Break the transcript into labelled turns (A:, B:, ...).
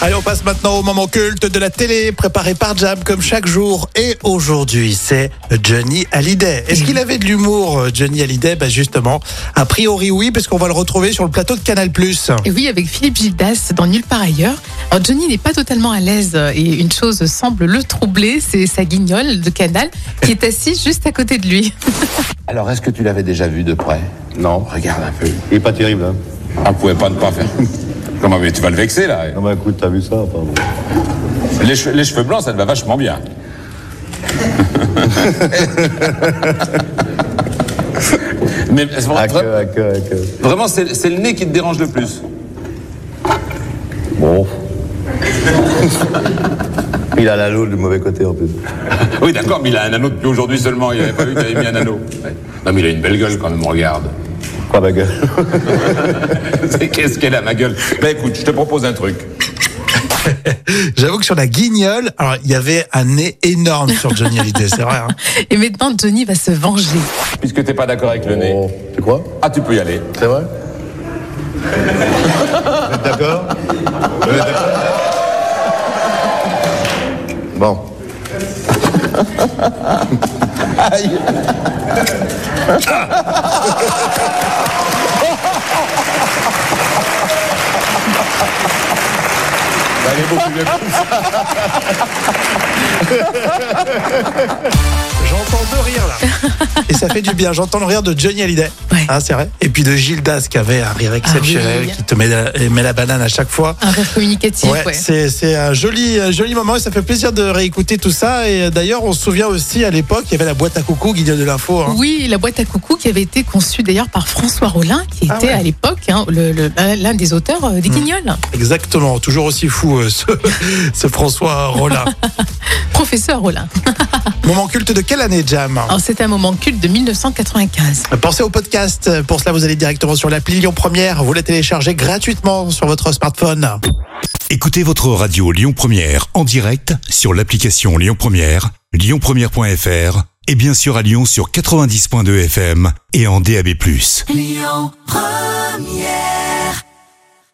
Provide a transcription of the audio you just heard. A: Allez, on passe maintenant au moment culte de la télé, préparé par Jam comme chaque jour. Et aujourd'hui, c'est Johnny Hallyday. Est-ce qu'il avait de l'humour, euh, Johnny Hallyday Ben justement, a priori oui, parce qu'on va le retrouver sur le plateau de Canal+.
B: Et oui, avec Philippe Gildas dans Nulle part ailleurs. Alors Johnny n'est pas totalement à l'aise euh, et une chose semble le troubler, c'est sa guignole de canal qui est assise juste à côté de lui.
C: Alors, est-ce que tu l'avais déjà vu de près
D: Non.
C: Regarde un peu.
D: Il est pas terrible, hein
C: On pouvait pas ne pas faire. Comment, mais tu vas le vexer, là.
D: Non, mais Ah bah, écoute, t'as vu ça enfin, bon.
C: Les, cheveux- les cheveux blancs, ça te va vachement bien. mais c'est vrai-
D: Ah, que, ah, que, ah, que.
C: vraiment, c'est c'est le nez qui te dérange le plus.
D: Bon. Il a la l'eau du mauvais côté, en plus.
C: Oui, d'accord, mais il a un anneau depuis aujourd'hui seulement. Il avait pas vu que t'avais mis un anneau. Ouais. Non, mais il a une belle gueule quand même, regarde.
D: Quoi, ma gueule
C: C'est- Qu'est-ce qu'elle a, ma gueule Ben écoute, je te propose un truc.
A: J'avoue que sur la guignole, alors il y avait un nez énorme sur Johnny Hallyday, c'est vrai. hein.
B: Et maintenant, Johnny va se venger.
C: Puisque t'es pas d'accord avec le
D: Oh,
C: nez.
D: Tu crois
C: Ah, tu peux y aller.
D: C'est vrai Vous êtes d'accord Vous êtes d'accord Bon.
C: Ben, elle est beaucoup mieux que-
A: J'entends deux rires là. Et ça fait du bien. J'entends le rire de Johnny Hallyday.
B: Ouais. Ah
A: Hein, c'est vrai. Et puis de Gildas qui avait un rire exceptionnel,
B: oui.
A: qui te met la, et met la banane à chaque fois.
B: Un rêve communicatif, ouais.
A: Ouais, c'est c'est un joli, un joli moment et ça fait plaisir de réécouter tout ça. Et euh, d'ailleurs, on se souvient aussi à l'époque, il y avait la boîte à coucou, Guignol de l'info. hein.
B: Oui, la boîte à coucou qui avait été conçue d'ailleurs par François Rollin, qui était
A: Ah ouais. Mm.
B: à l'époque hein, le- le- l'un des auteurs euh, des guignols.
A: Exactement, toujours aussi fou euh, ce, ce François Rollin.
B: Professeur Rollin.
A: moment culte de quelle année, Jam
B: Alors c'est un moment culte de 1995.
A: Pensez au podcast. Pour cela, vous allez directement sur l'appli Lyon Première. Vous la téléchargez gratuitement sur votre smartphone.
E: Écoutez votre radio Lyon Première en direct sur l'application Lyon Première, lyonpremière.fr et bien sûr à Lyon sur 90.2 FM et en DAB+.